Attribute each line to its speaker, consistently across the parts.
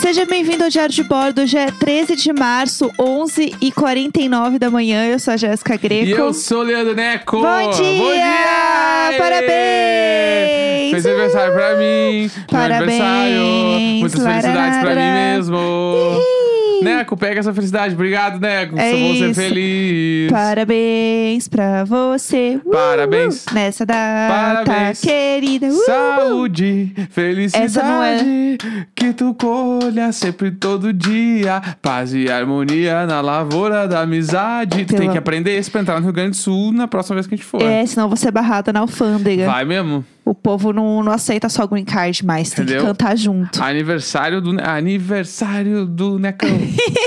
Speaker 1: Seja bem-vindo ao Diário de Bordo. Hoje é 13 de março, 11h49 da manhã. Eu sou a Jéssica Greco.
Speaker 2: E eu sou o Leandro Neco.
Speaker 1: Bom dia!
Speaker 2: Aê!
Speaker 1: Parabéns! Uh!
Speaker 2: Fez aniversário pra mim. Meu
Speaker 1: Parabéns!
Speaker 2: aniversário. Muitas felicidades pra mim
Speaker 1: Lararara.
Speaker 2: mesmo.
Speaker 1: Ih!
Speaker 2: Neco, pega essa felicidade. Obrigado, Neco.
Speaker 1: É
Speaker 2: Só vou ser
Speaker 1: isso.
Speaker 2: feliz.
Speaker 1: Parabéns pra você. Uh,
Speaker 2: Parabéns.
Speaker 1: uh, Nessa data
Speaker 2: Parabéns.
Speaker 1: querida. Uh, uh.
Speaker 2: Saúde,
Speaker 1: Essa não é.
Speaker 2: felicidade, que tu colha sempre todo dia. Paz e harmonia na lavoura da amizade.
Speaker 1: Pelo
Speaker 2: Tu Tem que
Speaker 1: amor-
Speaker 2: aprender isso pra entrar no Rio Grande do Sul na próxima vez que a gente for.
Speaker 1: É, senão você é barrada na alfândega.
Speaker 2: Vai mesmo.
Speaker 1: O povo não, não aceita só green card mais, tem que
Speaker 2: Entendeu?
Speaker 1: cantar junto.
Speaker 2: Aniversário do aniversário do Necão.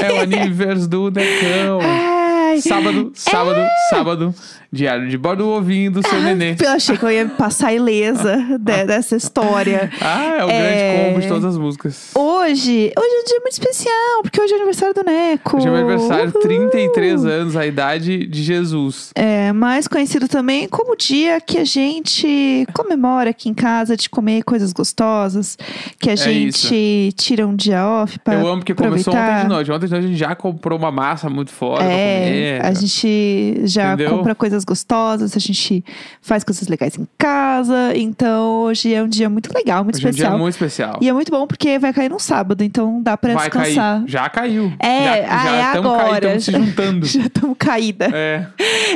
Speaker 2: é o aniversário do Necão.
Speaker 1: Ai. É.
Speaker 2: Sábado, sábado, sábado. Diário de bordo ouvindo
Speaker 1: Ah,
Speaker 2: seu nenê.
Speaker 1: Eu achei que eu ia me passar ilesa de- dessa história.
Speaker 2: Ah, é o
Speaker 1: É.
Speaker 2: grande combo de todas as músicas.
Speaker 1: Hoje, hoje é um dia muito especial, porque hoje é aniversário do Neco.
Speaker 2: Hoje é meu aniversário,
Speaker 1: Uhul!
Speaker 2: 33 anos, a idade de Jesus.
Speaker 1: É, mais conhecido também como o dia que a gente comemora aqui em casa de comer coisas gostosas, que a gente tira um dia off para
Speaker 2: É Eu amo que começou ontem de noite. Ontem de noite a gente já comprou uma massa muito foda
Speaker 1: É,
Speaker 2: pra comer.
Speaker 1: a gente já
Speaker 2: Entendeu?
Speaker 1: compra coisas gostosas, a gente faz coisas legais em casa. Então hoje é um dia muito legal, muito
Speaker 2: Hoje é um dia
Speaker 1: especial.
Speaker 2: muito especial.
Speaker 1: E é muito bom porque vai cair num sábado, então dá pra
Speaker 2: Vai
Speaker 1: descansar.
Speaker 2: cair. Já caiu.
Speaker 1: É,
Speaker 2: já,
Speaker 1: ah,
Speaker 2: já
Speaker 1: é
Speaker 2: tamo
Speaker 1: agora.
Speaker 2: Caindo, tamo se juntando.
Speaker 1: Já estamos caída.
Speaker 2: é,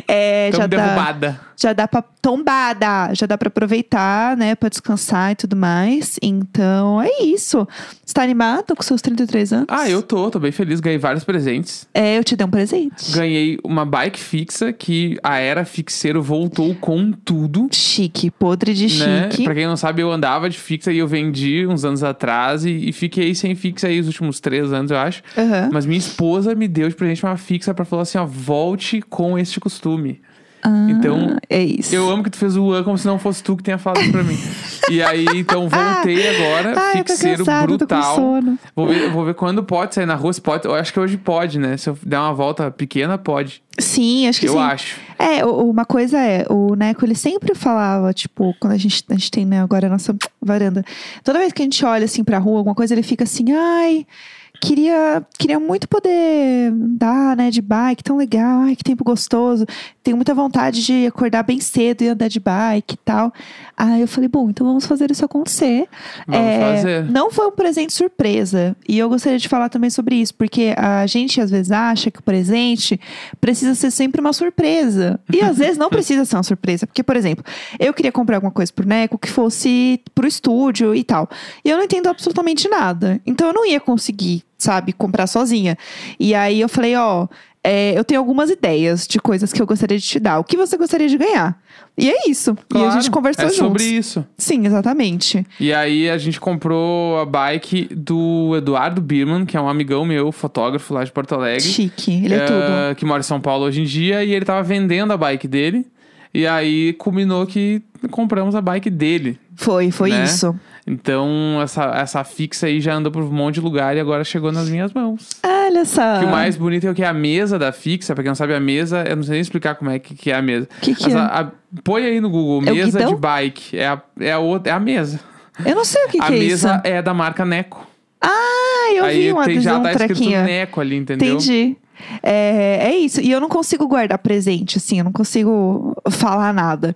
Speaker 1: É,
Speaker 2: tamo
Speaker 1: já dá,
Speaker 2: derrubada.
Speaker 1: já dá pra tombada, já dá pra aproveitar, né, Pra descansar e tudo mais. Então é isso. Você tá animado com seus 33 anos?
Speaker 2: Ah, eu tô, tô bem feliz, ganhei vários presentes.
Speaker 1: É, eu te dei um presente.
Speaker 2: Ganhei uma bike fixa que a era fixeiro voltou com tudo.
Speaker 1: Chique, podre de
Speaker 2: Né?
Speaker 1: chique.
Speaker 2: Pra quem não sabe, eu andava de fixa e eu vendi uns anos atrás e, e fiquei sem fixa aí os últimos três anos, eu acho.
Speaker 1: Aham.
Speaker 2: Mas minha esposa me deu de presente uma fixa pra falar assim: ó, volte com este costume.
Speaker 1: Ah,
Speaker 2: Então,
Speaker 1: é isso.
Speaker 2: Eu amo que tu fez o an como se não fosse tu que tenha falado isso pra mim. e aí, então, voltei agora,
Speaker 1: Ai, Ah. eu tô
Speaker 2: fixeiro
Speaker 1: cansada, tô com
Speaker 2: brutal.
Speaker 1: sono.
Speaker 2: Vou ver, eu vou ver quando pode sair na rua, se pode. Eu acho que hoje pode, né? Se eu der uma volta pequena, pode.
Speaker 1: Sim, acho que
Speaker 2: eu
Speaker 1: sim.
Speaker 2: acho.
Speaker 1: É, o- uma coisa é, o Neco, ele sempre falava, tipo, quando a gente, a gente tem, né, agora a nossa varanda. Toda vez que a gente olha, assim, pra rua, alguma coisa, ele fica assim, ai, queria, queria muito poder andar, né, de bike, tão legal, ai, que tempo gostoso. Tenho muita vontade de acordar bem cedo e andar de bike e tal. Aí eu falei, bom, então vamos fazer isso acontecer.
Speaker 2: Vamos
Speaker 1: É,
Speaker 2: fazer.
Speaker 1: Não foi um presente surpresa. E eu gostaria de falar também sobre isso, porque a gente às vezes acha que o presente precisa ser sempre uma surpresa. E às vezes não precisa ser uma surpresa. Porque, por exemplo, eu queria comprar alguma coisa pro Neco que fosse pro estúdio e tal. E eu não entendo absolutamente nada. Então eu não ia conseguir, sabe, comprar sozinha. E aí eu falei, ó. é, eu tenho algumas ideias de coisas que eu gostaria de te dar. O que você gostaria de ganhar? E é isso. e a
Speaker 2: Claro,
Speaker 1: gente conversou
Speaker 2: é
Speaker 1: juntos.
Speaker 2: sobre isso.
Speaker 1: Sim, exatamente.
Speaker 2: E aí a gente comprou a bike do Eduardo Birman, que é um amigão meu, fotógrafo lá de Porto Alegre.
Speaker 1: Chique, ele é,
Speaker 2: eh,
Speaker 1: tudo.
Speaker 2: Que mora em São Paulo hoje em dia. E ele tava vendendo a bike dele. E aí culminou que compramos a bike dele.
Speaker 1: Foi, foi
Speaker 2: né?
Speaker 1: isso.
Speaker 2: Então, essa, essa fixa aí já andou por um monte de lugar e agora chegou nas minhas mãos.
Speaker 1: Olha só.
Speaker 2: Que o mais bonito é o que é a mesa da fixa. Pra quem não sabe, a mesa... Eu não sei nem explicar como é que, que é a mesa.
Speaker 1: Que que
Speaker 2: Mas
Speaker 1: é?
Speaker 2: a- a- põe aí no Google.
Speaker 1: É o
Speaker 2: mesa de
Speaker 1: guidão?
Speaker 2: bike. É a, é a, outra, é a mesa.
Speaker 1: Eu não sei o que,
Speaker 2: a
Speaker 1: que é isso.
Speaker 2: mesa é da marca Neco.
Speaker 1: Ah, eu
Speaker 2: aí
Speaker 1: vi uma
Speaker 2: tem, já
Speaker 1: adesão
Speaker 2: tá escrito
Speaker 1: traquinha.
Speaker 2: Neco ali, entendeu?
Speaker 1: Entendi. É, é isso. E eu não consigo guardar presente, assim, eu não consigo falar nada.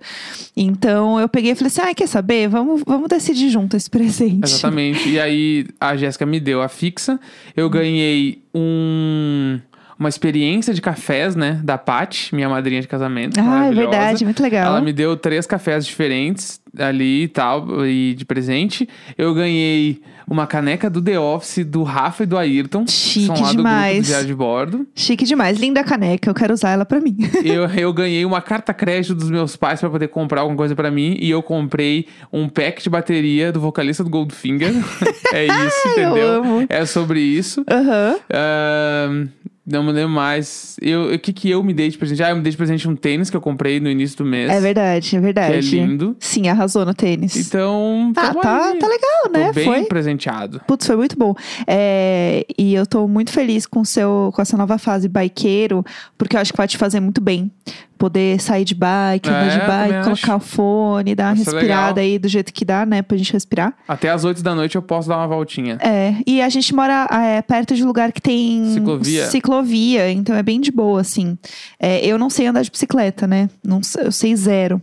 Speaker 1: Então eu peguei e falei assim: ah, quer saber? Vamos, vamos decidir junto esse presente.
Speaker 2: Exatamente. E aí a Jéssica me deu a fixa. Eu ganhei um... Uma experiência de cafés, né? Da Paty, minha madrinha de casamento.
Speaker 1: Ah, é
Speaker 2: maravilhosa.
Speaker 1: verdade, muito legal.
Speaker 2: Ela me deu três cafés diferentes ali e tal, e de presente. Eu ganhei uma caneca do The Office, do Rafa e do Ayrton. que
Speaker 1: Chique
Speaker 2: são lá do grupo
Speaker 1: demais.
Speaker 2: do Diário de Bordo.
Speaker 1: Chique demais, linda a caneca, eu quero usar ela pra mim.
Speaker 2: eu, eu ganhei uma carta crédito dos meus pais pra poder comprar alguma coisa pra mim. E eu comprei um pack de bateria do vocalista do Goldfinger. é isso, entendeu?
Speaker 1: amo.
Speaker 2: É sobre isso.
Speaker 1: Aham.
Speaker 2: Ahn, não me lembro mais. Eu- O que, que eu me dei de presente? Ah, eu me dei de presente um tênis que eu comprei no início do mês.
Speaker 1: É verdade, é verdade.
Speaker 2: Que é lindo.
Speaker 1: Sim, arrasou no tênis.
Speaker 2: Então,
Speaker 1: ah,
Speaker 2: tamo
Speaker 1: tá,
Speaker 2: aí.
Speaker 1: tá legal,
Speaker 2: Tô
Speaker 1: né?
Speaker 2: bem
Speaker 1: Foi.
Speaker 2: presenteado.
Speaker 1: Putz, foi muito bom. É, e eu tô muito feliz com, o seu, com essa nova fase bikeiro, porque eu acho que vai te fazer muito bem. Poder sair de bike, andar
Speaker 2: É,
Speaker 1: de bike,
Speaker 2: também
Speaker 1: colocar o fone, dar uma
Speaker 2: Isso é
Speaker 1: respirada aí do jeito que dá, né? Pra gente respirar.
Speaker 2: Até as 8 da noite eu posso dar uma voltinha.
Speaker 1: É, e a gente mora é, perto de lugar que tem
Speaker 2: Ciclovia.
Speaker 1: ciclovia, então é bem de boa, assim. É, eu não sei andar de bicicleta, né? Não, sei- eu sei zero.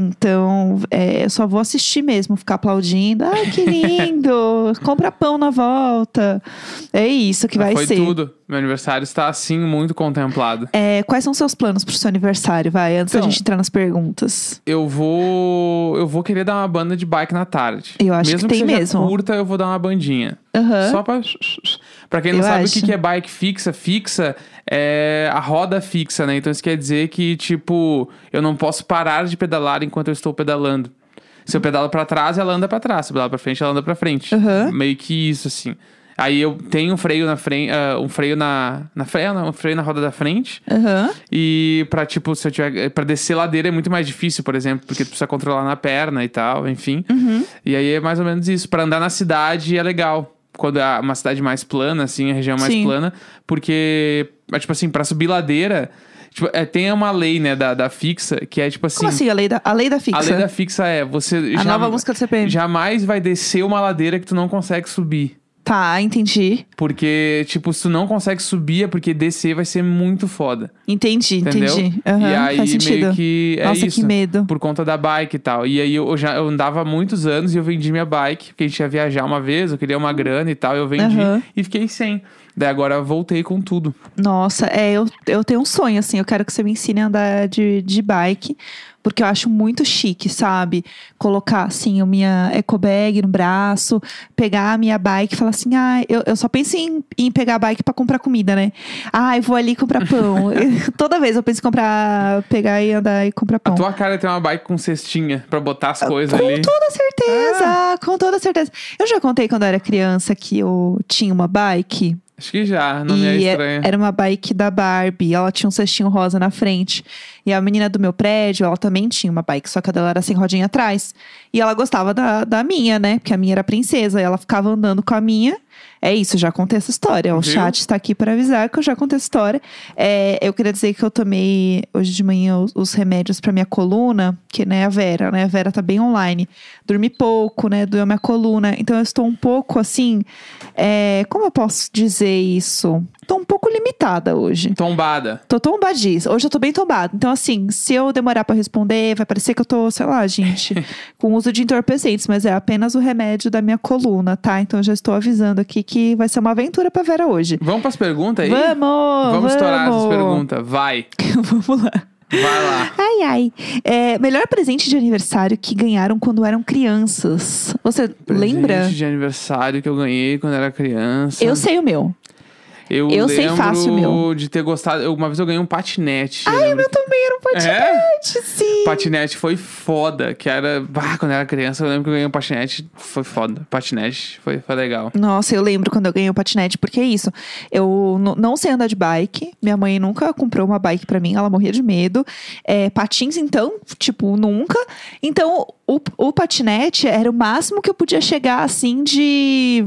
Speaker 1: Então, é, eu só vou assistir mesmo, ficar aplaudindo. Ah, que lindo! Compra pão na volta. É isso que vai
Speaker 2: Ah, Foi
Speaker 1: ser.
Speaker 2: tudo. Meu aniversário está assim muito contemplado.
Speaker 1: É, quais são seus planos pro seu aniversário? Vai, antes da
Speaker 2: Então-
Speaker 1: gente entrar nas perguntas.
Speaker 2: Eu vou. Eu vou querer dar uma banda de bike na tarde.
Speaker 1: Eu acho
Speaker 2: mesmo
Speaker 1: que tem
Speaker 2: seja
Speaker 1: mesmo.
Speaker 2: curta, eu vou dar uma bandinha.
Speaker 1: Aham.
Speaker 2: Só pra. Pra quem não
Speaker 1: Eu
Speaker 2: sabe o
Speaker 1: acho.
Speaker 2: que que é bike fixa, fixa é a roda fixa, né? Então isso quer dizer que, tipo, eu não posso parar de pedalar enquanto eu estou pedalando. Se eu pedalo pra trás, ela anda pra trás. Se eu pedalo pra frente, ela anda pra frente.
Speaker 1: Aham.
Speaker 2: Meio que isso, assim. Aí eu tenho um freio na frente. ah, um freio na. Na freio, não, um freio na roda da frente.
Speaker 1: Aham.
Speaker 2: E pra, tipo, se eu tiver. Pra descer ladeira é muito mais difícil, por exemplo, porque tu precisa controlar na perna e tal, enfim.
Speaker 1: Uhum.
Speaker 2: E aí é mais ou menos isso. Pra andar na cidade é legal. Quando é uma cidade mais plana, assim, a região mais
Speaker 1: Sim.
Speaker 2: plana, porque. é, Tipo assim, pra subir ladeira, tipo, é, tem uma lei, né, da, da fixa, que é tipo assim.
Speaker 1: Como assim, a lei da, a lei da fixa?
Speaker 2: A lei da fixa é, você
Speaker 1: A
Speaker 2: jam-
Speaker 1: nova música do CPM.
Speaker 2: jamais vai descer uma ladeira que tu não consegue subir.
Speaker 1: Tá, entendi.
Speaker 2: Porque, tipo, se tu não consegue subir, é porque descer vai ser muito foda.
Speaker 1: Entendi,
Speaker 2: Entendeu?
Speaker 1: entendi. Aham,
Speaker 2: e aí,
Speaker 1: faz sentido.
Speaker 2: meio que é
Speaker 1: Nossa,
Speaker 2: isso.
Speaker 1: que medo.
Speaker 2: Por conta da bike e tal. E aí, eu já eu andava há muitos anos e eu vendi minha bike. Porque a gente ia viajar uma vez, eu queria uma grana e tal. Eu vendi
Speaker 1: Uhum. Aham.
Speaker 2: e fiquei sem. Daí agora eu voltei com tudo.
Speaker 1: Nossa, é, eu, eu tenho um sonho, assim, eu quero que você me ensine a andar de, de bike, porque eu acho muito chique, sabe? Colocar, assim, a minha eco bag no braço, pegar a minha bike e falar assim, ah, eu, eu só penso em, em pegar a bike pra comprar comida, né? Ah, eu vou ali comprar pão. Toda vez eu penso em comprar, pegar e andar e comprar
Speaker 2: A
Speaker 1: pão.
Speaker 2: tua cara tem uma bike com cestinha pra botar
Speaker 1: Ah,
Speaker 2: as coisas
Speaker 1: Com
Speaker 2: ali.
Speaker 1: toda certeza,
Speaker 2: Ah!
Speaker 1: com toda certeza. Eu já contei quando eu era criança que eu tinha uma bike
Speaker 2: Acho que já, não me é
Speaker 1: e é-
Speaker 2: estranho.
Speaker 1: era uma bike da Barbie, ela tinha um cestinho rosa na frente. E a menina do meu prédio, ela também tinha uma bike, só que a dela era sem rodinha atrás. E ela gostava da, da minha, né? Porque a minha era princesa, e ela ficava andando com a minha. É isso, já contei essa história. é um O
Speaker 2: Viu?
Speaker 1: chat está tá aqui para avisar que eu já contei essa história. É, eu queria dizer que eu tomei hoje de manhã os, os remédios para minha coluna, que né, a Vera, né? A Vera tá bem online. Dormi pouco, né? Doeu minha coluna. Então eu estou um pouco assim. é, como eu posso dizer isso? Tô um pouco limitada hoje.
Speaker 2: Tombada.
Speaker 1: Tô tombadíssima. Hoje eu tô bem tombada. Então, assim, se eu demorar pra responder, vai parecer que eu tô, sei lá, gente, com uso de entorpecentes, mas é apenas o remédio da minha coluna, tá? Então, eu já estou avisando aqui que vai ser uma aventura pra Vera hoje.
Speaker 2: Vamos pras perguntas Tá aí?
Speaker 1: Vamos!
Speaker 2: Vamos,
Speaker 1: Vamos
Speaker 2: estourar essas perguntas. Vai.
Speaker 1: vamos lá.
Speaker 2: Vai lá.
Speaker 1: Ai, ai. É, melhor presente de aniversário que ganharam quando eram crianças. Você lembra?
Speaker 2: Presente de aniversário que eu ganhei quando era criança.
Speaker 1: Eu sei o meu.
Speaker 2: Eu,
Speaker 1: Eu sei
Speaker 2: lembro
Speaker 1: fácil, meu.
Speaker 2: de ter gostado. eu- Uma vez eu ganhei um patinete. Ai, meu
Speaker 1: Também era um patinete,
Speaker 2: É?
Speaker 1: sim.
Speaker 2: Patinete foi foda. Que era. Bah, quando eu era criança, eu lembro que eu ganhei um patinete. Foi foda. Patinete foi, foi legal.
Speaker 1: Nossa, eu lembro quando eu ganhei o patinete, porque é isso. Eu n- não sei andar de bike, minha mãe nunca comprou uma bike pra mim, ela morria de medo. É, patins, então, tipo, nunca. Então, o, o patinete era o máximo que eu podia chegar, assim, de,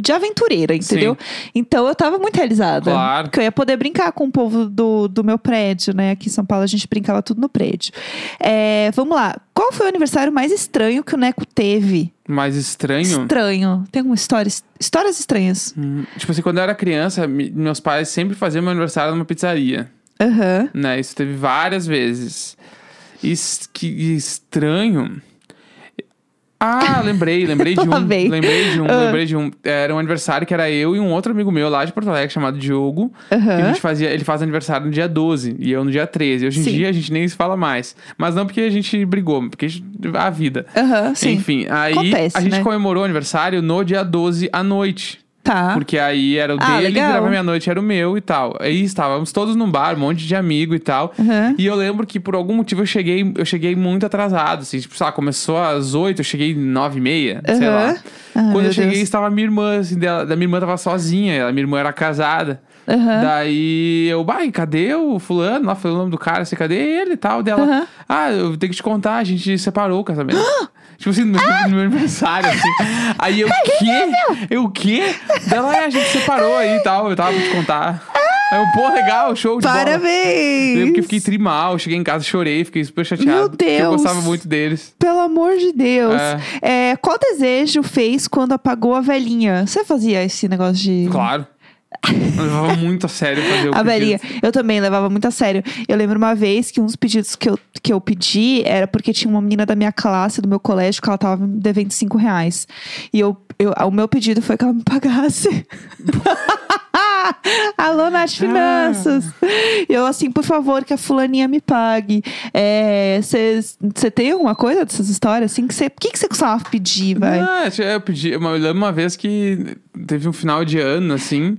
Speaker 1: de aventureira, entendeu? Então, eu tava muito realizada.
Speaker 2: Claro.
Speaker 1: Que eu ia poder brincar com o povo do, do meu prédio, né? Aqui em São Paulo a gente brincava tudo no prédio. É, vamos lá. Qual foi o aniversário mais estranho que o Neco teve?
Speaker 2: Mas estranho.
Speaker 1: Estranho. Tem alguma história? Histórias estranhas.
Speaker 2: hum, Tipo assim, quando eu era criança, me- meus pais sempre faziam meu aniversário numa pizzaria.
Speaker 1: Aham.
Speaker 2: né? Isso teve várias vezes. Is- que estranho. Ah, lembrei, lembrei de um.
Speaker 1: Lá vem.
Speaker 2: Lembrei de um,
Speaker 1: Ah.
Speaker 2: lembrei de um. Era um aniversário que era eu e um outro amigo meu lá de Porto Alegre, chamado Diogo. Que a
Speaker 1: Aham.
Speaker 2: gente fazia, ele faz aniversário no dia 12 e eu no dia 13. Hoje em
Speaker 1: Sim.
Speaker 2: dia a gente nem se fala mais. Mas não porque a gente brigou, porque a, gente- a vida.
Speaker 1: Aham, sim.
Speaker 2: Enfim, aí
Speaker 1: Acontece,
Speaker 2: a gente
Speaker 1: né?
Speaker 2: comemorou o aniversário no dia 12 à noite.
Speaker 1: Tá.
Speaker 2: Porque aí era o
Speaker 1: Ah,
Speaker 2: dele,
Speaker 1: legal.
Speaker 2: virava meia-noite, era o meu e tal. Aí estávamos todos num bar, um monte de amigo e tal.
Speaker 1: Aham.
Speaker 2: E eu lembro que por algum motivo eu cheguei, eu cheguei muito atrasado. Assim, tipo, sei lá, começou às oito, eu cheguei nove e meia, sei
Speaker 1: Aham.
Speaker 2: lá.
Speaker 1: Ah,
Speaker 2: Quando
Speaker 1: meu
Speaker 2: eu cheguei,
Speaker 1: Deus.
Speaker 2: estava minha irmã, assim, dela, da minha irmã tava sozinha, ela- minha irmã era casada.
Speaker 1: Aham.
Speaker 2: Daí eu, bai, cadê o fulano? Lá falei o nome do cara, assim, cadê ele e tal? Dela,
Speaker 1: Aham.
Speaker 2: ah, eu tenho que te contar, a gente separou o casamento. tipo assim, no meu, no meu aniversário, assim. "É, Aí eu, o quê? Eu, o quê? Dela, é, a gente separou aí e tal, eu tava pra te contar. Aí eu, pô, legal, show de bola. Eu lembro
Speaker 1: Parabéns!
Speaker 2: que eu fiquei trimal, cheguei em casa, chorei, fiquei super chateado.
Speaker 1: Meu
Speaker 2: porque Eu
Speaker 1: Deus!
Speaker 2: gostava muito deles.
Speaker 1: Pelo amor de Deus. É, qual desejo fez quando apagou a velhinha? Você fazia esse negócio de.
Speaker 2: Claro. Eu levava muito a sério fazer o
Speaker 1: A
Speaker 2: pedido.
Speaker 1: velhinha. Eu também levava muito a sério. Eu lembro uma vez que um dos pedidos que eu, que eu pedi era porque tinha uma menina da minha classe, do meu colégio, que ela tava me devendo cinco reais. E eu, eu, o meu pedido foi que ela me pagasse. Alô, Nath
Speaker 2: Ah.
Speaker 1: Finanças. E Eu assim, por favor, que a fulaninha me pague. Você tem alguma coisa dessas histórias? Assim, que você, por que você costumava pedir, vai?
Speaker 2: Não, tinha- é, eu pedi. Eu lembro uma vez que teve um final de ano, assim,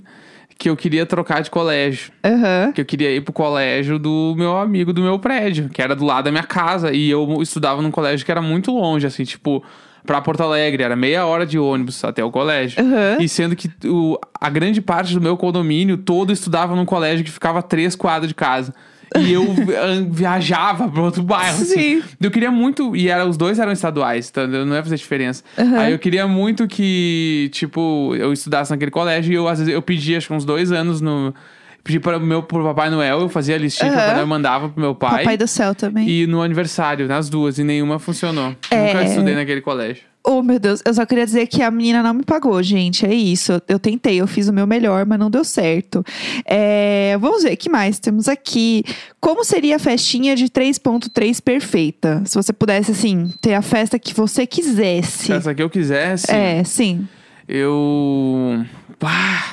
Speaker 2: que eu queria trocar de colégio.
Speaker 1: Aham.
Speaker 2: Que eu queria ir pro colégio do meu amigo do meu prédio, que era do lado da minha casa. E eu estudava num colégio que era muito longe, assim, tipo, pra Porto Alegre. Era meia hora de ônibus até o colégio.
Speaker 1: Aham.
Speaker 2: E sendo que o- a grande parte do meu condomínio todo estudava num colégio que ficava a três quadras de casa. E eu eh, viajava para outro bairro. assim.
Speaker 1: Sim.
Speaker 2: Eu queria muito. E era, os dois eram estaduais, então não ia fazer diferença.
Speaker 1: Aham.
Speaker 2: Aí eu queria muito que, tipo, eu estudasse naquele colégio. E eu, às vezes, eu pedi, acho que uns dois anos no. Pedi para o meu pro Papai Noel, eu fazia a listinha que o
Speaker 1: Aham.
Speaker 2: Papai Noel mandava pro meu pai.
Speaker 1: Papai do céu também.
Speaker 2: E no aniversário, nas duas, e nenhuma funcionou.
Speaker 1: É.
Speaker 2: Nunca estudei naquele colégio.
Speaker 1: Oh, meu Deus, eu só queria dizer que a menina não me pagou, gente. É isso. Eu, eu tentei, eu fiz o meu melhor, mas não deu certo. É, vamos ver, que mais temos aqui? Como seria a festinha de 3.3 perfeita? Se você pudesse, assim, ter a festa que você quisesse.
Speaker 2: Se essa que eu quisesse,
Speaker 1: É, sim.
Speaker 2: eu. Pá!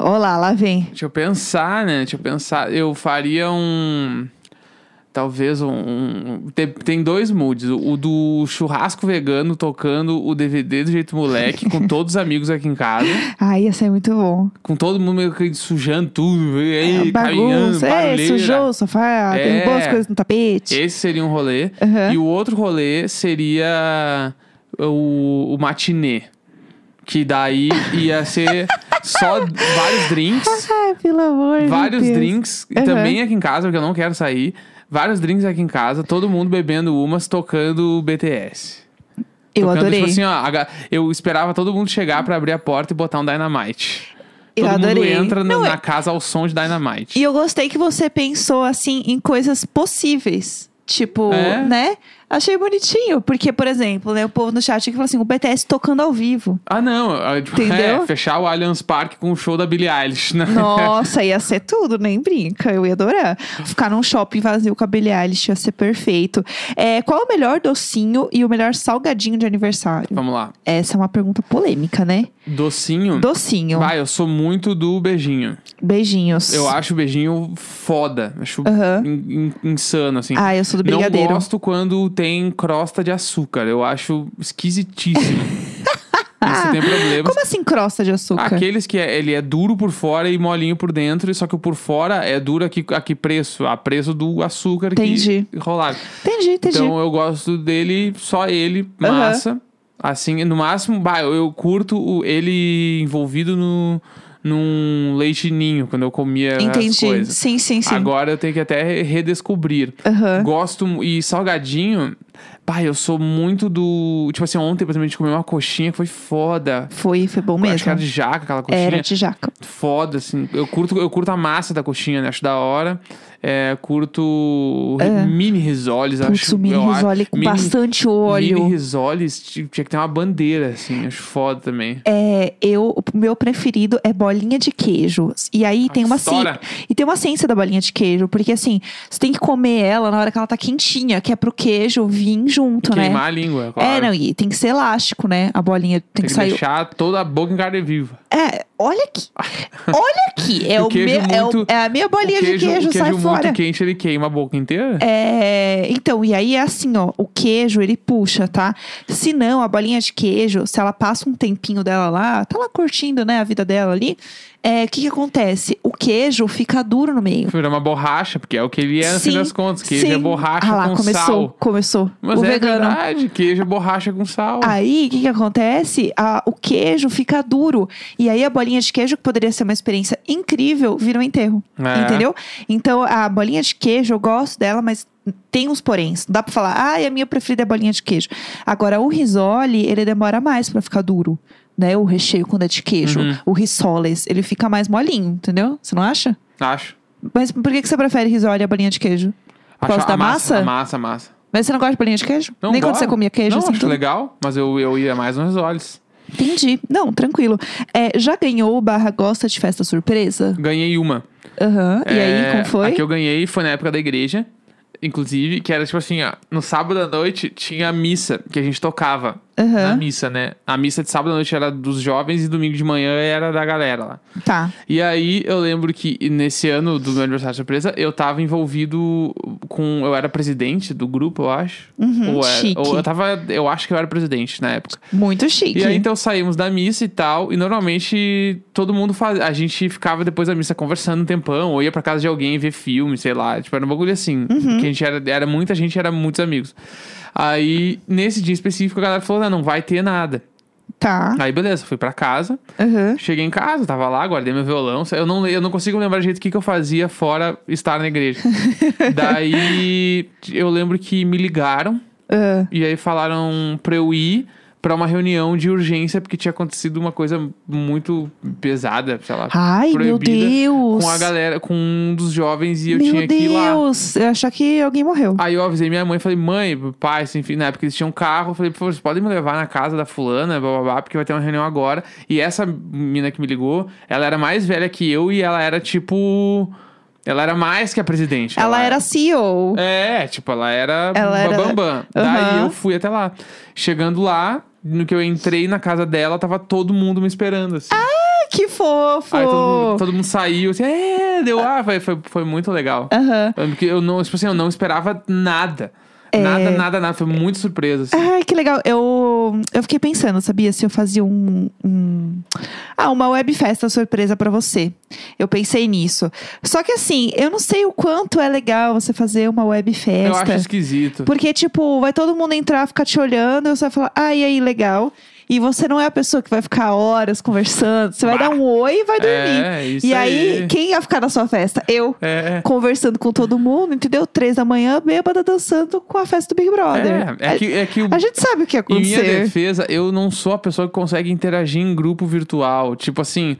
Speaker 1: Olá, lá vem.
Speaker 2: Deixa eu pensar, né? Deixa eu pensar. Eu faria um. Talvez um. um- tem, tem dois moods. O, o do churrasco vegano tocando o DVD do jeito moleque, com todos os amigos aqui em casa.
Speaker 1: Ai, ia ser muito bom.
Speaker 2: Com todo mundo meio que sujando tudo. E aí, caminhando,
Speaker 1: Bagunça, é,
Speaker 2: barulheira.
Speaker 1: sujou o sofá,
Speaker 2: É.
Speaker 1: tem boas coisas no tapete.
Speaker 2: Esse seria um rolê.
Speaker 1: Aham.
Speaker 2: E o outro rolê seria o, o matinê. Que daí ia ser só vários drinks.
Speaker 1: Ai, pelo amor
Speaker 2: Vários
Speaker 1: de Deus.
Speaker 2: drinks, e
Speaker 1: Aham.
Speaker 2: também aqui em casa, porque eu não quero sair. Vários drinks aqui em casa, todo mundo bebendo umas, tocando BTS.
Speaker 1: Eu
Speaker 2: Tocando,
Speaker 1: adorei.
Speaker 2: Tipo assim, ó, a ga- eu esperava todo mundo chegar pra abrir a porta e botar um Dynamite.
Speaker 1: Eu
Speaker 2: todo
Speaker 1: adorei.
Speaker 2: mundo entra na,
Speaker 1: Não,
Speaker 2: na casa ao som de Dynamite.
Speaker 1: E eu gostei que você pensou assim em coisas possíveis. Tipo,
Speaker 2: É?
Speaker 1: né? Achei bonitinho. Porque, por exemplo, né, o povo no chat que falou assim: o BTS tocando ao vivo.
Speaker 2: Ah, não. é, tipo,
Speaker 1: Entendeu?
Speaker 2: é, fechar o Allianz Park com o show da Billie Eilish, né?
Speaker 1: Nossa, ia ser tudo, nem brinca. Eu ia adorar. Ficar num shopping vazio com a Billie Eilish ia ser perfeito. É, qual o melhor docinho e o melhor salgadinho de aniversário?
Speaker 2: Vamos lá.
Speaker 1: Essa é uma pergunta polêmica, né?
Speaker 2: Docinho.
Speaker 1: Docinho.
Speaker 2: Hum. Vai, eu sou muito do beijinho.
Speaker 1: Beijinhos.
Speaker 2: Eu acho o beijinho foda. Acho
Speaker 1: Aham.
Speaker 2: in- in- insano, assim.
Speaker 1: Ah, eu sou do
Speaker 2: Não
Speaker 1: brigadeiro.
Speaker 2: gosto quando tem crosta de açúcar. Eu acho esquisitíssimo. Você tem problemas.
Speaker 1: Como assim crosta de açúcar?
Speaker 2: Aqueles que é- ele é duro por fora e molinho por dentro, só que o por fora é duro a que, a que preço? A preço do açúcar
Speaker 1: Entendi.
Speaker 2: que rolaram.
Speaker 1: Entendi, entendi.
Speaker 2: Então eu gosto dele, só ele,
Speaker 1: Aham.
Speaker 2: massa. Assim, no máximo, bah, eu, eu curto o- ele envolvido no, num leite ninho, quando eu comia é, as
Speaker 1: Entendi.
Speaker 2: coisas.
Speaker 1: Sim, sim, sim.
Speaker 2: Agora eu tenho que até re- redescobrir.
Speaker 1: Aham.
Speaker 2: Gosto mu- e salgadinho. Pai, eu sou muito do. Tipo assim, ontem, por exemplo, a gente comeu uma coxinha que foi foda.
Speaker 1: Foi, foi bom
Speaker 2: Acho
Speaker 1: mesmo.
Speaker 2: que era é de jaca aquela coxinha.
Speaker 1: Era de jaca.
Speaker 2: Foda, assim. Eu curto, eu curto a massa da coxinha, né? Acho da hora. É, curto ri- mini risoles,
Speaker 1: É. Putz,
Speaker 2: acho.
Speaker 1: o mini
Speaker 2: eu acho-
Speaker 1: risole com
Speaker 2: mini-
Speaker 1: bastante
Speaker 2: Mini
Speaker 1: óleo.
Speaker 2: risoles ti- tinha que ter uma bandeira, assim. Acho foda também.
Speaker 1: É, eu, o meu preferido é bolinha de queijo. E
Speaker 2: Ah,
Speaker 1: aí tem uma ci-
Speaker 2: Estoura.
Speaker 1: E tem uma ciência da bolinha de queijo, porque assim, você tem que comer ela na hora que ela tá quentinha, que é pro queijo vir junto,
Speaker 2: Queimar
Speaker 1: né?
Speaker 2: a língua, claro.
Speaker 1: É, não, e tem que ser elástico, né? A bolinha tem,
Speaker 2: Tem
Speaker 1: que
Speaker 2: que
Speaker 1: sair.
Speaker 2: deixar toda a boca em carne viva.
Speaker 1: É, olha aqui. Olha aqui. É,
Speaker 2: O
Speaker 1: o
Speaker 2: queijo
Speaker 1: meu, é, o-
Speaker 2: muito-
Speaker 1: é a minha bolinha
Speaker 2: o queijo,
Speaker 1: de queijo,
Speaker 2: o queijo
Speaker 1: sai
Speaker 2: muito
Speaker 1: fora.
Speaker 2: quente, ele queima a boca inteira?
Speaker 1: É, então, e aí é assim, ó, o queijo ele puxa, tá? Se não, a bolinha de queijo, se ela passa um tempinho dela lá, tá lá curtindo, né, a vida dela ali, é, o que que acontece? O queijo fica duro no meio.
Speaker 2: Virar uma borracha, porque é o que ele é no fim
Speaker 1: Sim,
Speaker 2: das contas. Queijo
Speaker 1: sim.
Speaker 2: é borracha
Speaker 1: ah lá,
Speaker 2: com
Speaker 1: começou,
Speaker 2: sal.
Speaker 1: começou.
Speaker 2: Mas
Speaker 1: o
Speaker 2: é
Speaker 1: vegano. Ah,
Speaker 2: verdade, queijo é borracha com sal.
Speaker 1: Aí, o que, que acontece? Ah, o queijo fica duro. E aí, a bolinha de queijo, que poderia ser uma experiência incrível, vira um enterro.
Speaker 2: É.
Speaker 1: Entendeu? Então, a bolinha de queijo, eu gosto dela, mas tem uns poréns. Não dá pra falar, ah, a minha preferida é a bolinha de queijo. Agora, o risole, ele demora mais pra ficar duro. né, o recheio quando é de queijo,
Speaker 2: Uhum.
Speaker 1: o risoles, ele fica mais molinho, entendeu? Você não acha?
Speaker 2: Acho.
Speaker 1: Mas por que, que você prefere risole à bolinha de queijo? Por
Speaker 2: Acho
Speaker 1: causa
Speaker 2: a
Speaker 1: da massa?
Speaker 2: A massa, a massa.
Speaker 1: Mas você não gosta de bolinha de queijo?
Speaker 2: Não,
Speaker 1: Nem quando
Speaker 2: gosto.
Speaker 1: você comia queijo?
Speaker 2: Não,
Speaker 1: assim,
Speaker 2: acho
Speaker 1: tudo?
Speaker 2: legal, mas eu, eu ia mais nos olhos.
Speaker 1: Entendi. Não, tranquilo. É, já ganhou barra gosta de festa surpresa?
Speaker 2: Ganhei uma.
Speaker 1: Aham. E
Speaker 2: É,
Speaker 1: aí, como foi?
Speaker 2: A que eu ganhei foi na época da igreja, inclusive, que era tipo assim, ó, no sábado à noite tinha a missa que a gente tocava. Na
Speaker 1: Aham.
Speaker 2: missa, né? A missa de sábado à noite era dos jovens e domingo de manhã era da galera lá.
Speaker 1: Tá.
Speaker 2: E aí eu lembro que nesse ano do meu aniversário de surpresa, eu tava envolvido com. Eu era presidente do grupo, eu acho.
Speaker 1: Uhum,
Speaker 2: ou, era-
Speaker 1: chique.
Speaker 2: ou eu tava. Eu acho que eu era presidente na época.
Speaker 1: Muito chique.
Speaker 2: E aí então saímos da missa e tal, e normalmente todo mundo faz, a gente ficava depois da missa conversando um tempão, ou ia pra casa de alguém ver filme, sei lá, tipo, era um bagulho assim,
Speaker 1: Uhum.
Speaker 2: que a gente era, era muita gente, era muitos amigos. Aí nesse dia específico a galera falou: "Não, não vai ter nada". então-
Speaker 1: Tá.
Speaker 2: Aí beleza, fui pra casa,
Speaker 1: Aham.
Speaker 2: cheguei em casa, tava lá, guardei meu violão, eu não eu não consigo lembrar direito o que que eu fazia fora estar na igreja. Daí eu lembro que me ligaram
Speaker 1: Ah,
Speaker 2: e aí falaram pra eu ir pra uma reunião de urgência, porque tinha acontecido uma coisa muito pesada, sei lá.
Speaker 1: Ai, meu
Speaker 2: proibida
Speaker 1: Deus.
Speaker 2: Com a galera, com um dos jovens, e eu
Speaker 1: meu
Speaker 2: tinha que ir lá.
Speaker 1: Deus. Eu achava que alguém morreu.
Speaker 2: Aí eu avisei minha mãe, falei, mãe, pai, assim, enfim, na época eles tinham um carro, eu falei, por favor, vocês podem me levar na casa da fulana, blá, blá, blá, porque vai ter uma reunião agora. E essa mina que me ligou, ela era mais velha que eu e ela era tipo. Ela era mais que a presidente.
Speaker 1: Ela era CEO.
Speaker 2: É, tipo, ela era
Speaker 1: Ela era-
Speaker 2: bambambam. Daí
Speaker 1: Aham.
Speaker 2: eu fui até lá. Chegando lá, no que eu entrei na casa dela, tava todo mundo me esperando, assim.
Speaker 1: Ah, Que fofo.
Speaker 2: Aí todo mundo, todo mundo saiu, assim, é, deu ar, foi, foi, foi muito legal.
Speaker 1: Aham.
Speaker 2: Porque eu não, tipo assim, eu não esperava nada.
Speaker 1: É.
Speaker 2: Nada, nada, nada. Foi muito surpresa, assim.
Speaker 1: Ai, que legal. Eu, eu fiquei pensando, sabia? Se eu fazia um. um- Ah, uma web festa surpresa pra você. Eu pensei nisso. Só que assim, eu não sei o quanto é legal você fazer uma web
Speaker 2: eu
Speaker 1: festa.
Speaker 2: acho esquisito.
Speaker 1: Porque, tipo, vai todo mundo entrar, ficar te olhando, e você vai falar, ai, aí, legal. E você não é a pessoa que vai ficar horas conversando. Você vai
Speaker 2: Bah.
Speaker 1: dar um oi e vai dormir.
Speaker 2: É, isso
Speaker 1: e aí,
Speaker 2: aí.
Speaker 1: quem ia ficar na sua festa? Eu.
Speaker 2: É.
Speaker 1: Conversando com todo mundo, entendeu? Três da manhã, bêbada, dançando com a festa do Big Brother.
Speaker 2: É, é que, é que o,
Speaker 1: A gente sabe o que ia
Speaker 2: Em minha
Speaker 1: acontecer.
Speaker 2: defesa, eu não sou a pessoa que consegue interagir em grupo virtual. Tipo assim,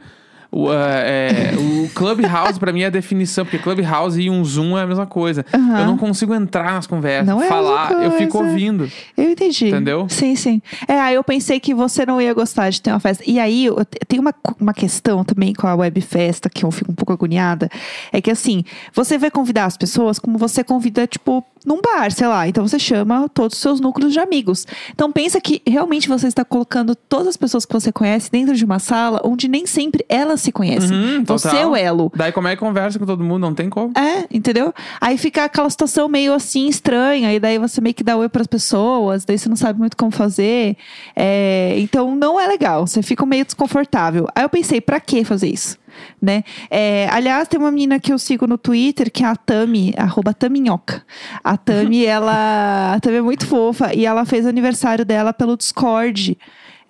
Speaker 2: o, é, é, o Clubhouse pra mim é a definição, porque Clubhouse e um Zoom é a mesma coisa.
Speaker 1: Aham.
Speaker 2: Eu não consigo entrar nas conversas,
Speaker 1: Não é a
Speaker 2: falar,
Speaker 1: mesma
Speaker 2: eu fico
Speaker 1: coisa.
Speaker 2: ouvindo.
Speaker 1: Eu entendi.
Speaker 2: Entendeu?
Speaker 1: Sim, sim. É, aí eu pensei que você não ia gostar de ter uma festa. E aí, eu- tem uma, co- uma questão também com a web festa, que eu fico um pouco agoniada. É que assim, você vai convidar as pessoas como você convida, tipo, num bar, sei lá. Então você chama todos os seus núcleos de amigos. Então pensa que realmente você está colocando todas as pessoas que você conhece dentro de uma sala onde nem sempre elas se conhecem.
Speaker 2: Uhum,
Speaker 1: então,
Speaker 2: total.
Speaker 1: seu elo.
Speaker 2: Daí como é que conversa com todo mundo? Não tem como.
Speaker 1: É, entendeu? Aí fica aquela situação meio assim estranha, e daí você meio que dá oi pras pessoas, daí você não sabe muito como fazer. É, então não é legal, você fica meio desconfortável. Aí eu pensei, pra que fazer isso? Né? É, aliás, tem uma menina que eu sigo no Twitter, que é a Tami, arroba Taminhoca. A Tami, ela a Tami é muito fofa e ela fez o aniversário dela pelo Discord.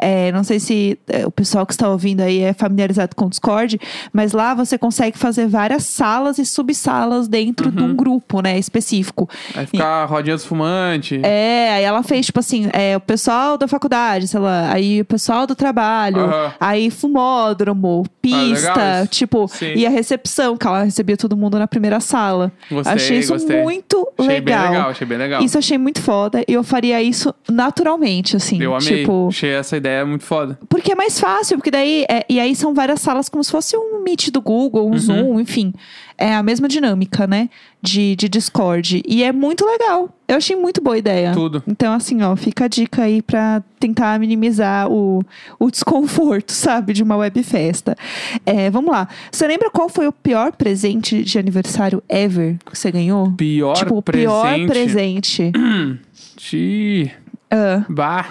Speaker 1: É, não sei se é, o pessoal que está ouvindo aí é familiarizado com o Discord, mas lá você consegue fazer várias salas e subsalas dentro
Speaker 2: Uhum.
Speaker 1: de um grupo, né, específico.
Speaker 2: Aí fica a rodinha dos fumantes.
Speaker 1: É, aí ela fez, tipo assim, é, o pessoal da faculdade, sei lá, aí o pessoal do trabalho,
Speaker 2: Aham. Ah,
Speaker 1: aí fumódromo, pista,
Speaker 2: legal isso.
Speaker 1: tipo,
Speaker 2: Sim.
Speaker 1: e a recepção, que ela recebia todo mundo na primeira sala.
Speaker 2: Gostei,
Speaker 1: achei isso
Speaker 2: gostei.
Speaker 1: muito
Speaker 2: achei bem
Speaker 1: legal.
Speaker 2: legal, achei bem legal.
Speaker 1: Isso eu achei muito foda e eu faria isso naturalmente, assim.
Speaker 2: eu amei.
Speaker 1: Tipo,
Speaker 2: Achei essa ideia muito foda.
Speaker 1: porque é mais fácil, porque daí. é, e aí são várias salas como se fosse um Meet do Google,
Speaker 2: Uhum.
Speaker 1: um Zoom, enfim. É a mesma dinâmica, né? De, de Discord. E é muito legal. Eu achei muito boa a ideia.
Speaker 2: Tudo.
Speaker 1: Então, assim, ó, fica a dica aí pra tentar minimizar o, o desconforto, sabe, de uma web festa. É, vamos lá. Você lembra qual foi o pior presente de aniversário ever que você ganhou?
Speaker 2: Pior
Speaker 1: tipo, o
Speaker 2: presente.
Speaker 1: pior presente.
Speaker 2: Ti.
Speaker 1: Ah,
Speaker 2: Bah.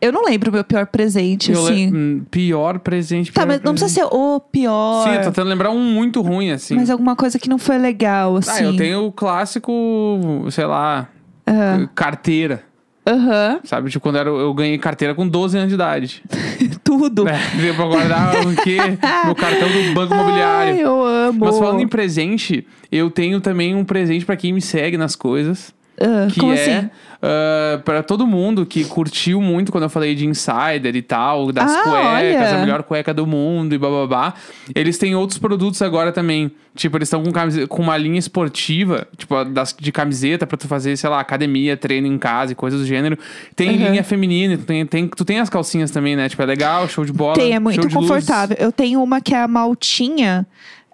Speaker 1: eu não lembro o meu pior presente,
Speaker 2: Eu le-
Speaker 1: assim.
Speaker 2: Hum, Pior presente.
Speaker 1: Tá,
Speaker 2: pior
Speaker 1: mas não
Speaker 2: presente.
Speaker 1: precisa ser o pior.
Speaker 2: Sim, eu tô tentando lembrar um muito ruim, assim.
Speaker 1: Mas alguma coisa que não foi legal, assim.
Speaker 2: Ah, eu tenho o clássico, sei lá, carteira.
Speaker 1: Aham,
Speaker 2: Sabe? Tipo, quando era, eu ganhei carteira com 12 anos de idade.
Speaker 1: tudo.
Speaker 2: Né? Veio pra guardar o quê? Meu cartão do Banco
Speaker 1: Ai,
Speaker 2: Imobiliário.
Speaker 1: eu amo.
Speaker 2: Mas falando em presente, eu tenho também um presente pra quem me segue nas coisas.
Speaker 1: Ah,
Speaker 2: que
Speaker 1: como
Speaker 2: é
Speaker 1: assim?
Speaker 2: ah, pra todo mundo que curtiu muito quando eu falei de Insider e tal, das
Speaker 1: Ah,
Speaker 2: cuecas,
Speaker 1: olha.
Speaker 2: a melhor cueca do mundo e bababá. Eles têm outros produtos agora também. Tipo, eles estão com, camise- com uma linha esportiva, tipo, a das, de camiseta pra tu fazer, sei lá, academia, treino em casa e coisas do gênero. Tem
Speaker 1: Uhum.
Speaker 2: linha feminina, tu tem, tem- tu tem as calcinhas também, né? Tipo, é legal, show de bola.
Speaker 1: Tem, é
Speaker 2: show
Speaker 1: muito
Speaker 2: de luz.
Speaker 1: confortável. Eu tenho uma que é a maltinha.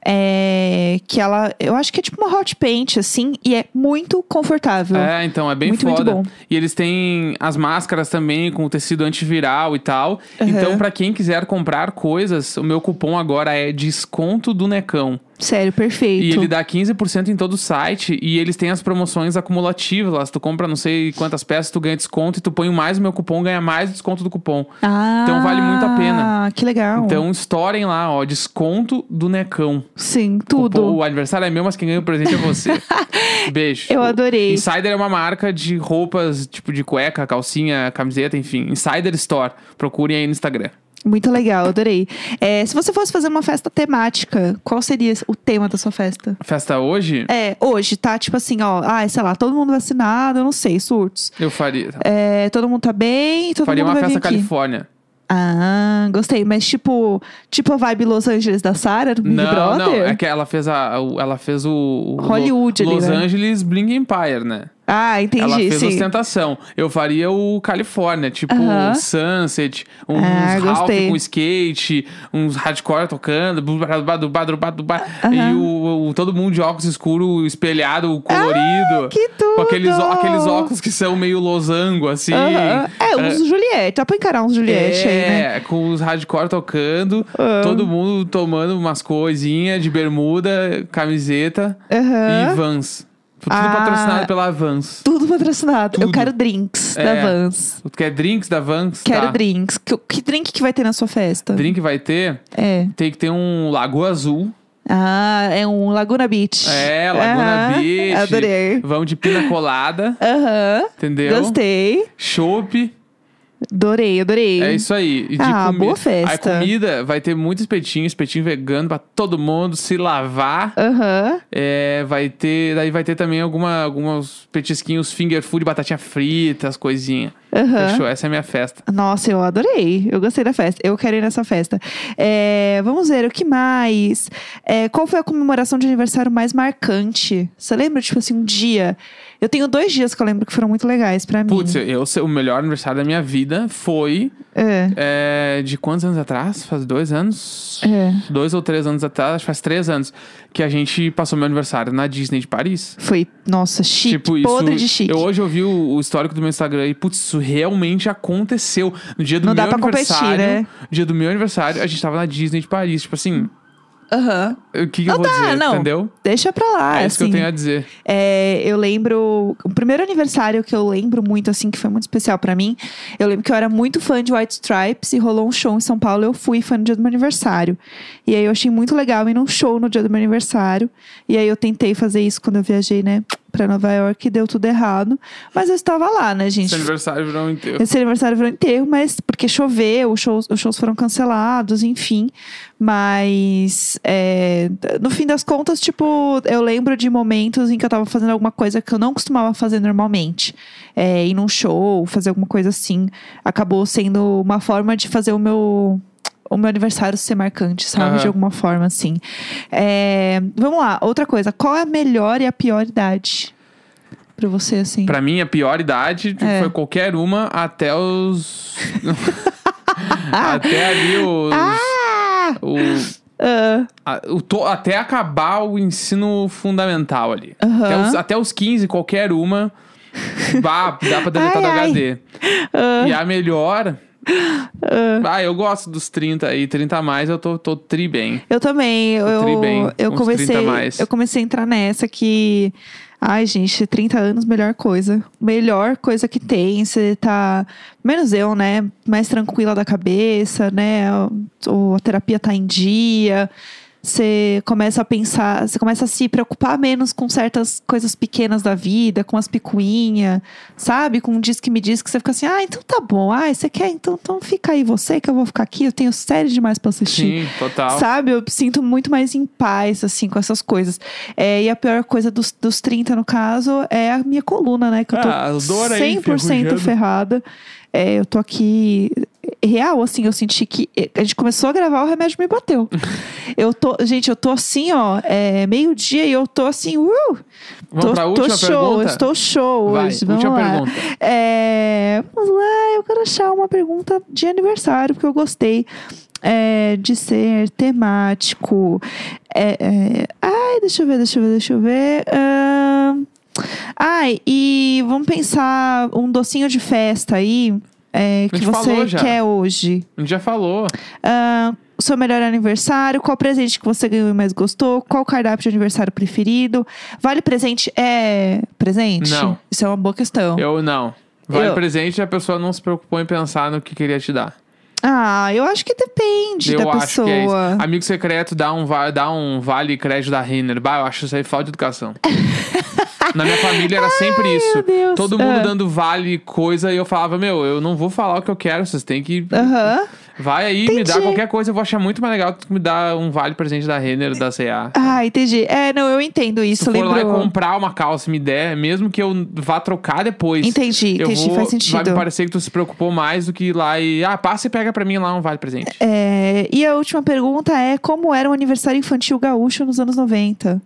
Speaker 1: é, que ela, eu acho que é tipo uma hot paint, assim, e é muito confortável.
Speaker 2: É, então, é bem
Speaker 1: Muito, muito
Speaker 2: foda.
Speaker 1: bom.
Speaker 2: E eles têm as máscaras também com o tecido antiviral e tal. Então, pra quem quiser comprar coisas, o meu cupom agora é desconto do Necão.
Speaker 1: Sério, perfeito.
Speaker 2: E ele dá 15% em todo o site e eles têm as promoções acumulativas. Lá, se tu compra não sei quantas peças, tu ganha desconto e tu põe mais o meu cupom, ganha mais o desconto do cupom.
Speaker 1: Ah,
Speaker 2: Então vale muito a pena.
Speaker 1: Ah, que legal.
Speaker 2: Então, estourem lá, ó, desconto do Necão.
Speaker 1: Sim,
Speaker 2: Cupom,
Speaker 1: tudo.
Speaker 2: o aniversário é meu, mas quem ganha o presente é você. Beijo.
Speaker 1: Eu adorei.
Speaker 2: Insider é uma marca de roupas, tipo de cueca, calcinha, camiseta, enfim. Insider Store. Procurem aí no Instagram.
Speaker 1: Muito legal, adorei. É, se você fosse fazer uma festa temática, qual seria o tema da sua festa?
Speaker 2: Festa hoje,
Speaker 1: É, hoje tá tipo assim, ó, ah, sei lá, todo mundo vacinado, eu não sei, surtos.
Speaker 2: eu faria.
Speaker 1: É, todo mundo tá bem, todo
Speaker 2: faria
Speaker 1: mundo
Speaker 2: uma
Speaker 1: vai
Speaker 2: festa
Speaker 1: vir aqui.
Speaker 2: Califórnia.
Speaker 1: Ah, gostei, mas tipo, tipo a vibe Los Angeles da Sarah do Big
Speaker 2: não,
Speaker 1: Brother?
Speaker 2: não. É que ela fez, a, o- ela fez o. o
Speaker 1: Hollywood ali,
Speaker 2: Los
Speaker 1: né?
Speaker 2: Angeles Bling Empire, né?
Speaker 1: Ah, entendi,
Speaker 2: ela fez
Speaker 1: sim.
Speaker 2: ostentação. Eu faria o Califórnia, tipo
Speaker 1: Aham.
Speaker 2: Sunset, uns
Speaker 1: Ah,
Speaker 2: Ralph
Speaker 1: gostei.
Speaker 2: com skate, uns hardcore tocando, blu, blu, blu, blu, blu, blu, e o, o- todo mundo de óculos escuro, espelhado, colorido.
Speaker 1: que
Speaker 2: Com aqueles, ó-
Speaker 1: tudo!
Speaker 2: aqueles óculos que são meio losango, assim.
Speaker 1: Aham. É, uns Juliette, dá pra encarar uns Juliette aí, né?
Speaker 2: É, com os hardcore tocando,
Speaker 1: Ah.
Speaker 2: todo mundo tomando umas coisinhas de bermuda, camiseta
Speaker 1: Aham.
Speaker 2: e Vans. Tudo
Speaker 1: Ah.
Speaker 2: patrocinado pela Vans.
Speaker 1: Tudo patrocinado. Eu
Speaker 2: Tudo.
Speaker 1: quero drinks da
Speaker 2: É.
Speaker 1: Vans.
Speaker 2: Tu quer drinks da Vans?
Speaker 1: Quero
Speaker 2: tá.
Speaker 1: drinks. Que, que drink que vai ter na sua festa?
Speaker 2: Drink vai ter,
Speaker 1: É.
Speaker 2: tem que ter um Lagoa Azul.
Speaker 1: Ah, é um Laguna Beach.
Speaker 2: É, Laguna
Speaker 1: Aham.
Speaker 2: Beach.
Speaker 1: Adorei.
Speaker 2: Vão de pina colada,
Speaker 1: Aham.
Speaker 2: entendeu?
Speaker 1: Gostei.
Speaker 2: Chopp.
Speaker 1: Adorei, adorei.
Speaker 2: É isso aí. E de
Speaker 1: Ah,
Speaker 2: comi-
Speaker 1: boa festa.
Speaker 2: A comida vai ter muito espetinho, espetinho vegano pra todo mundo se lavar.
Speaker 1: Aham.
Speaker 2: É, vai ter, daí vai ter também alguma, alguns petisquinhos, finger food, batatinha frita, as coisinhas.
Speaker 1: Aham.
Speaker 2: Fechou? Essa é a minha festa.
Speaker 1: Nossa, eu adorei. Eu gostei da festa. Eu quero ir nessa festa. É, vamos ver o que mais. É, qual foi a comemoração de aniversário mais marcante? Você lembra, tipo assim, um dia? Eu tenho dois dias que eu lembro que foram muito legais pra mim.
Speaker 2: Putz, eu, eu- o melhor aniversário da minha vida foi
Speaker 1: É,
Speaker 2: é, de quantos anos atrás? Faz dois anos?
Speaker 1: é.
Speaker 2: Dois ou três anos atrás, acho que faz três anos, que a gente passou meu aniversário na Disney de Paris.
Speaker 1: Foi, nossa, chique. podre de chique.
Speaker 2: Tipo, Eu hoje ouvi o, o histórico do meu Instagram e, putz, isso realmente aconteceu. No dia do
Speaker 1: Não
Speaker 2: meu
Speaker 1: dá pra competir,
Speaker 2: aniversário.
Speaker 1: né?
Speaker 2: No dia do meu aniversário, a gente tava na Disney de Paris. Tipo assim,
Speaker 1: Aham.
Speaker 2: o que, que
Speaker 1: Não
Speaker 2: eu vou
Speaker 1: dá,
Speaker 2: dizer?
Speaker 1: não.
Speaker 2: Entendeu?
Speaker 1: Deixa pra lá,
Speaker 2: é isso
Speaker 1: assim.
Speaker 2: que eu tenho a dizer.
Speaker 1: É, eu lembro. O primeiro aniversário que eu lembro muito, assim, que foi muito especial pra mim. Eu lembro que eu era muito fã de White Stripes e rolou um show em São Paulo. Eu fui fã no dia do meu aniversário. E aí eu achei muito legal ir num show no dia do meu aniversário. E aí eu tentei fazer isso quando eu viajei, né, pra Nova York e deu tudo errado. Mas eu estava lá, né, gente?
Speaker 2: Esse aniversário virou um inteiro.
Speaker 1: Esse aniversário virou enterro, mas porque choveu, os shows, os shows foram cancelados, enfim. Mas é, no fim das contas, tipo, eu lembro de momentos em que eu tava fazendo alguma coisa que eu não costumava fazer normalmente. É, ir num show, fazer alguma coisa assim. Acabou sendo uma forma de fazer o meu. O meu aniversário ser marcante, sabe?
Speaker 2: Aham.
Speaker 1: De alguma forma, assim. É, vamos lá, outra coisa. Qual é a melhor e a pior idade? Pra você, assim.
Speaker 2: Pra mim, a pior idade
Speaker 1: É.
Speaker 2: foi qualquer uma até os. até ali os.
Speaker 1: Ah!
Speaker 2: os-
Speaker 1: Ah.
Speaker 2: a- o to- até acabar o ensino fundamental ali.
Speaker 1: Aham.
Speaker 2: Até, os, até os 15, qualquer uma. bah, dá pra
Speaker 1: Ai,
Speaker 2: deletar do
Speaker 1: ai.
Speaker 2: HD. E a melhor. Ah, eu gosto dos 30 aí, 30 a mais eu tô, tô tri bem.
Speaker 1: Eu também. Eu,
Speaker 2: tri bem,
Speaker 1: eu
Speaker 2: uns
Speaker 1: comecei.
Speaker 2: 30 a mais.
Speaker 1: Eu comecei a entrar nessa que. Ai, gente, 30 anos, melhor coisa. Melhor coisa que tem. Você tá. Menos eu, né? Mais tranquila da cabeça, né? O- a terapia tá em dia. Você começa a pensar, você começa a se preocupar menos com certas coisas pequenas da vida, com as picuinhas, sabe? Com um diz que me diz que você fica assim, ah, então tá bom, ah, você quer, então, então fica aí você que eu vou ficar aqui, eu tenho série demais pra assistir.
Speaker 2: Sim, total.
Speaker 1: Sabe? Eu sinto muito mais em paz, assim, com essas coisas. É, e a pior coisa dos, dos 30, no caso, é a minha coluna, né? Que eu tô
Speaker 2: Ah, a dor aí,
Speaker 1: 100%
Speaker 2: enferrujando.
Speaker 1: ferrada. É, eu tô aqui. Real, assim, eu senti que. A gente começou a gravar, o remédio me bateu. eu tô. Gente, eu tô assim, ó. É meio-dia e eu tô assim. Uh,
Speaker 2: Vamos
Speaker 1: tô,
Speaker 2: pra
Speaker 1: tô
Speaker 2: última
Speaker 1: show,
Speaker 2: pergunta?
Speaker 1: estou show
Speaker 2: Vai,
Speaker 1: hoje. Vamos
Speaker 2: última
Speaker 1: lá.
Speaker 2: pergunta.
Speaker 1: É, vamos lá, eu quero achar uma pergunta de aniversário, porque eu gostei é, de ser temático. É, é, ai, deixa eu ver, deixa eu ver, deixa eu ver. Ahn, ai, e vamos pensar um docinho de festa aí é,
Speaker 2: A
Speaker 1: que
Speaker 2: gente
Speaker 1: você
Speaker 2: falou já.
Speaker 1: quer hoje.
Speaker 2: A gente já falou.
Speaker 1: Ahn, o seu melhor aniversário, qual presente que você ganhou e mais gostou, qual cardápio de aniversário preferido. Vale presente? É presente?
Speaker 2: Não.
Speaker 1: Isso é uma boa questão.
Speaker 2: Eu não. Vale
Speaker 1: Eu-
Speaker 2: presente e a pessoa não se preocupou em pensar no que queria te dar.
Speaker 1: Ah, eu acho que depende
Speaker 2: eu
Speaker 1: da
Speaker 2: acho
Speaker 1: pessoa.
Speaker 2: que é isso. Amigo secreto dá um, va- dá um vale crédito da Renner. Bah, eu acho isso aí falta de educação. Na minha família era sempre isso.
Speaker 1: meu Deus.
Speaker 2: Todo mundo
Speaker 1: Ah.
Speaker 2: dando vale coisa e eu falava, meu, eu não vou falar o que eu quero, vocês têm que.
Speaker 1: Aham.
Speaker 2: Vai aí, me dá
Speaker 1: Ah, Entendi.
Speaker 2: qualquer coisa, eu vou achar muito mais legal do que me dar um vale presente da Renner, da CA.
Speaker 1: Ah, entendi. É, não, eu entendo
Speaker 2: Se
Speaker 1: isso.
Speaker 2: tu for
Speaker 1: lembrou.
Speaker 2: lá é e comprar uma calça e me der, mesmo que eu vá trocar depois.
Speaker 1: Entendi,
Speaker 2: eu
Speaker 1: entendi, faz
Speaker 2: vou, Vai me
Speaker 1: sentido.
Speaker 2: parecer que tu se preocupou mais do que ir lá e. Ah, passa e pega pra mim lá um vale presente.
Speaker 1: É, e a última pergunta é: como era o aniversário infantil gaúcho nos anos 90?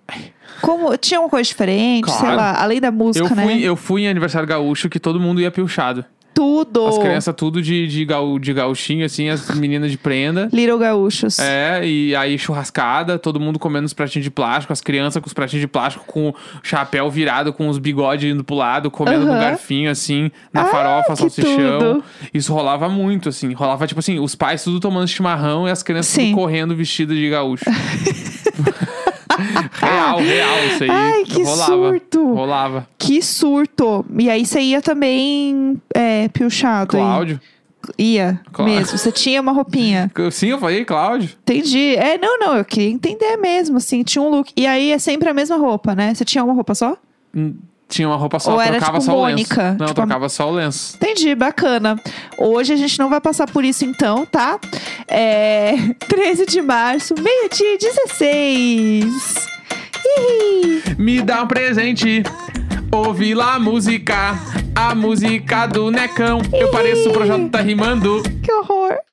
Speaker 1: Como, tinha uma coisa diferente, sei
Speaker 2: Claro.
Speaker 1: lá, além da música,
Speaker 2: eu, fui,
Speaker 1: né?
Speaker 2: eu fui em aniversário gaúcho que todo mundo ia pilchado.
Speaker 1: Tudo.
Speaker 2: As crianças tudo de, de, gaú- de gauchinho, assim, as meninas de prenda.
Speaker 1: Little Gaúchos.
Speaker 2: É, e aí churrascada, todo mundo comendo os pratinhos de plástico, as crianças com os pratinhos de plástico, com o chapéu virado, com os bigodes indo pro lado, comendo com
Speaker 1: Aham.
Speaker 2: garfinho, assim, na
Speaker 1: Ah,
Speaker 2: farofa,
Speaker 1: que
Speaker 2: salsichão.
Speaker 1: tudo.
Speaker 2: Isso rolava muito, assim. Rolava, tipo assim, os pais tudo tomando chimarrão e as crianças tudo
Speaker 1: Sim.
Speaker 2: correndo vestidas de gaúcho. real, real, isso aí.
Speaker 1: Ai, que
Speaker 2: rolava.
Speaker 1: surto.
Speaker 2: Rolava.
Speaker 1: Que surto. E aí você ia também é, piochado.
Speaker 2: Cláudio?
Speaker 1: Ia,
Speaker 2: Claro.
Speaker 1: mesmo. Você tinha uma roupinha.
Speaker 2: Sim, eu falei, Cláudio.
Speaker 1: Entendi. É, não, não, eu queria entender mesmo, assim, tinha um look. E aí é sempre a mesma roupa, né? Você tinha uma roupa só?
Speaker 2: Tinha uma roupa só,
Speaker 1: Ou era,
Speaker 2: trocava
Speaker 1: tipo,
Speaker 2: só o
Speaker 1: Mônica,
Speaker 2: lenço. Não,
Speaker 1: tipo,
Speaker 2: trocava só o lenço.
Speaker 1: Entendi, bacana. Hoje a gente não vai passar por isso então, tá? É 13 de março, meio-dia e 16. Ih,
Speaker 2: Me dá um presente. Ouvi lá a música, a música do Necão. Eu pareço o projeto tá rimando.
Speaker 1: que horror.